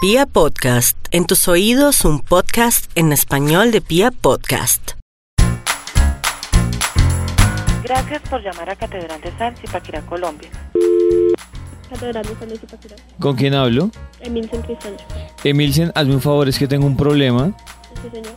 Pia Podcast, en tus oídos un podcast en español de Pia Podcast. Gracias por llamar a Catedral de San Zipaquirá, Colombia. Catedral de San Luis y Paquirá. ¿Con quién hablo? Emil Sancristán. Emilcen, hazme un favor, es que tengo un problema. Sí, señor.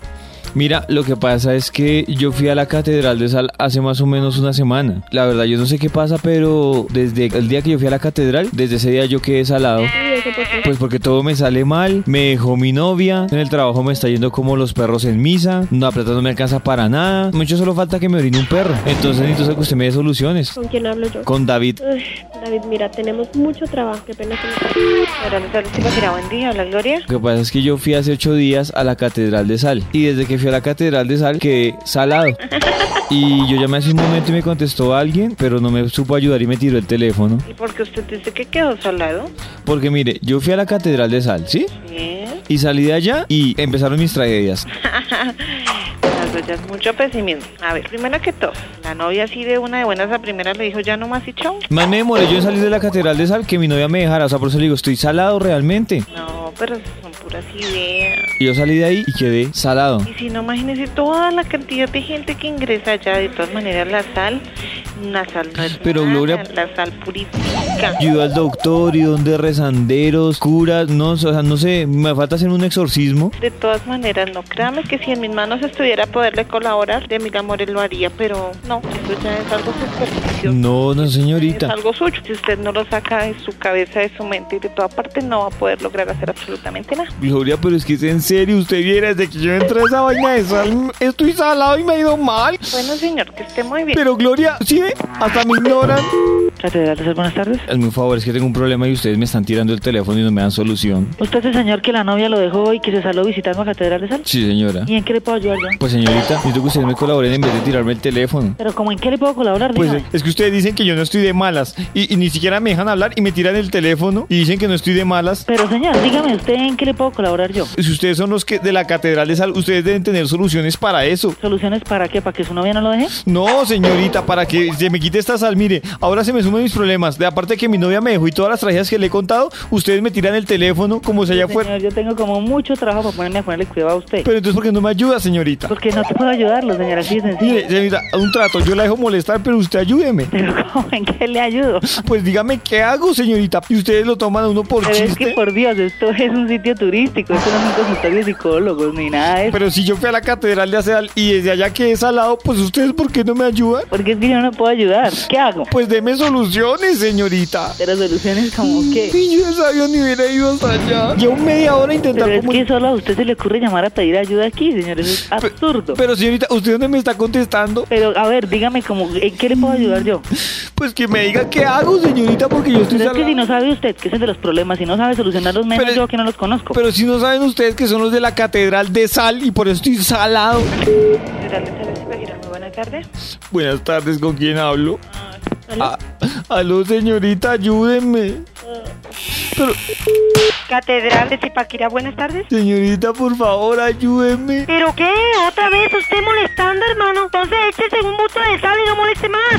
Mira, lo que pasa es que yo fui a la Catedral de Sal hace más o menos una semana. La verdad, yo no sé qué pasa, pero desde el día que yo fui a la Catedral, desde ese día yo quedé salado. ¿Y eso por qué? Pues porque todo me sale mal, me dejó mi novia, en el trabajo me está yendo como los perros en misa, la plata no me alcanza para nada, mucho solo falta que me orine un perro. Entonces necesito que usted me dé soluciones. ¿Con quién hablo yo? Con David. Ay, David, mira, tenemos mucho trabajo. Qué pena que Catedral de San Luis y Paquirá, buen día, hola Gloria. Lo que pasa es que yo fui hace ocho días a la Catedral de Sal. Y desde que fui a la Catedral de Sal quedé salado. Y yo llamé hace un momento y me contestó alguien, pero no me supo ayudar y me tiró el teléfono. ¿Y por qué usted dice que quedó salado? Porque mire, yo fui a la Catedral de Sal, ¿sí? Bien. Y salí de allá y empezaron mis tragedias. Tal vez ya es mucho pesimismo. A ver, primero que todo, la novia así de una de buenas a primera le dijo ya no más y chao. Más me demoré yo en salir de la Catedral de Sal que mi novia me dejara. O sea, por eso le digo, estoy salado realmente. No, pero son puras ideas. Y yo salí de ahí y quedé salado. Y si no, imagínese toda la cantidad de gente que ingresa allá. De todas maneras, la sal, la sal no es Pero, nada, Gloria- la sal purifica. Yo iba al doctor y donde rezanderos, curas, no, o sea, no sé, me falta hacer un exorcismo. De todas maneras, no créame que si en mis manos estuviera poderle colaborar, de mil amores lo haría, pero no, eso ya es algo supersticioso. No, no, Es señorita. algo suyo. Si usted no lo saca de su cabeza, de su mente y de toda parte, no va a poder lograr hacer absolutamente nada. Gloria, pero es que es en serio, usted viera, desde que yo entré a esa vaina de sal, estoy salado y me ha ido mal. Bueno, señor, que esté muy bien. Pero Gloria, ¿sí ve? Hasta me ignoran. Catedral de Sal, buenas tardes. Hazme un favor, es que tengo un problema y ustedes me están tirando el teléfono y no me dan solución. Usted es el señor que la novia lo dejó y que se salió visitando a Catedral de Sal. Sí, señora. ¿Y en qué le puedo ayudar yo? Pues señorita, necesito que ustedes me colaboren en vez de tirarme el teléfono. Pero como en qué le puedo colaborar, Pues dígame. es que ustedes dicen que yo no estoy de malas y, y ni siquiera me dejan hablar y me tiran el teléfono y dicen que no estoy de malas. Pero señor, dígame usted en qué le puedo colaborar yo. Si ustedes son los que de la Catedral de Sal, ustedes deben tener soluciones para eso. ¿Soluciones para qué? ¿Para que su novia no lo deje? Ah, No, señorita, para que se me quite esta sal, mire, ahora se me suman mis problemas. De aparte que mi novia me dejó y todas las tragedias que le he contado, ustedes me tiran el teléfono como si allá fuera. Señor, yo tengo como mucho trabajo para ponerme a ponerle cuidado a usted. Pero entonces, ¿por qué no me ayuda, señorita? Porque no te puedo ayudarlo, señora, así de sencillo. Mire, señorita, un trato, yo la dejo molestar, pero usted ayúdeme. Pero ¿cómo? ¿En qué le ayudo? Pues dígame qué hago, señorita. Y ustedes lo toman a uno por Pero es que, chiste. por Dios, esto es un sitio turístico, esto no es un consultorio de psicólogos ni nada de eso. Pero si yo fui a la catedral de Acedal y desde allá que es al lado, pues ustedes, ¿por qué no me ayudan? Porque es que yo no puedo ayudar. ¿Qué hago? Pues deme soluciones, señorita. Pero soluciones como qué. Y yo ese avión ni hubiera ido hasta allá. Llevo media hora Pero intentando es que solo a usted se le ocurre llamar a pedir ayuda aquí, señores, es Pe- absurdo. Pero señorita, ¿usted dónde me está contestando? Pero a ver, dígame como ¿en qué le puedo ayudar yo? Pues que me diga qué hago, señorita, porque yo estoy Pero es que salado. si no sabe usted, que es el de los problemas, si no sabe solucionarlos menos Pero- yo que no los conozco. Pero si no saben ustedes que son los de la catedral de sal y por eso estoy salado. Buenas tardes. Buenas tardes, ¿con quién hablo? ¿Aló? Ah, aló, señorita, ayúdenme. Ah. Pero, Catedral de Zipaquirá, buenas tardes. señorita, por favor, ayúdenme. ¿Pero qué? ¿Otra vez usted molestando, hermano? Entonces échese un buto de sal y no moleste más.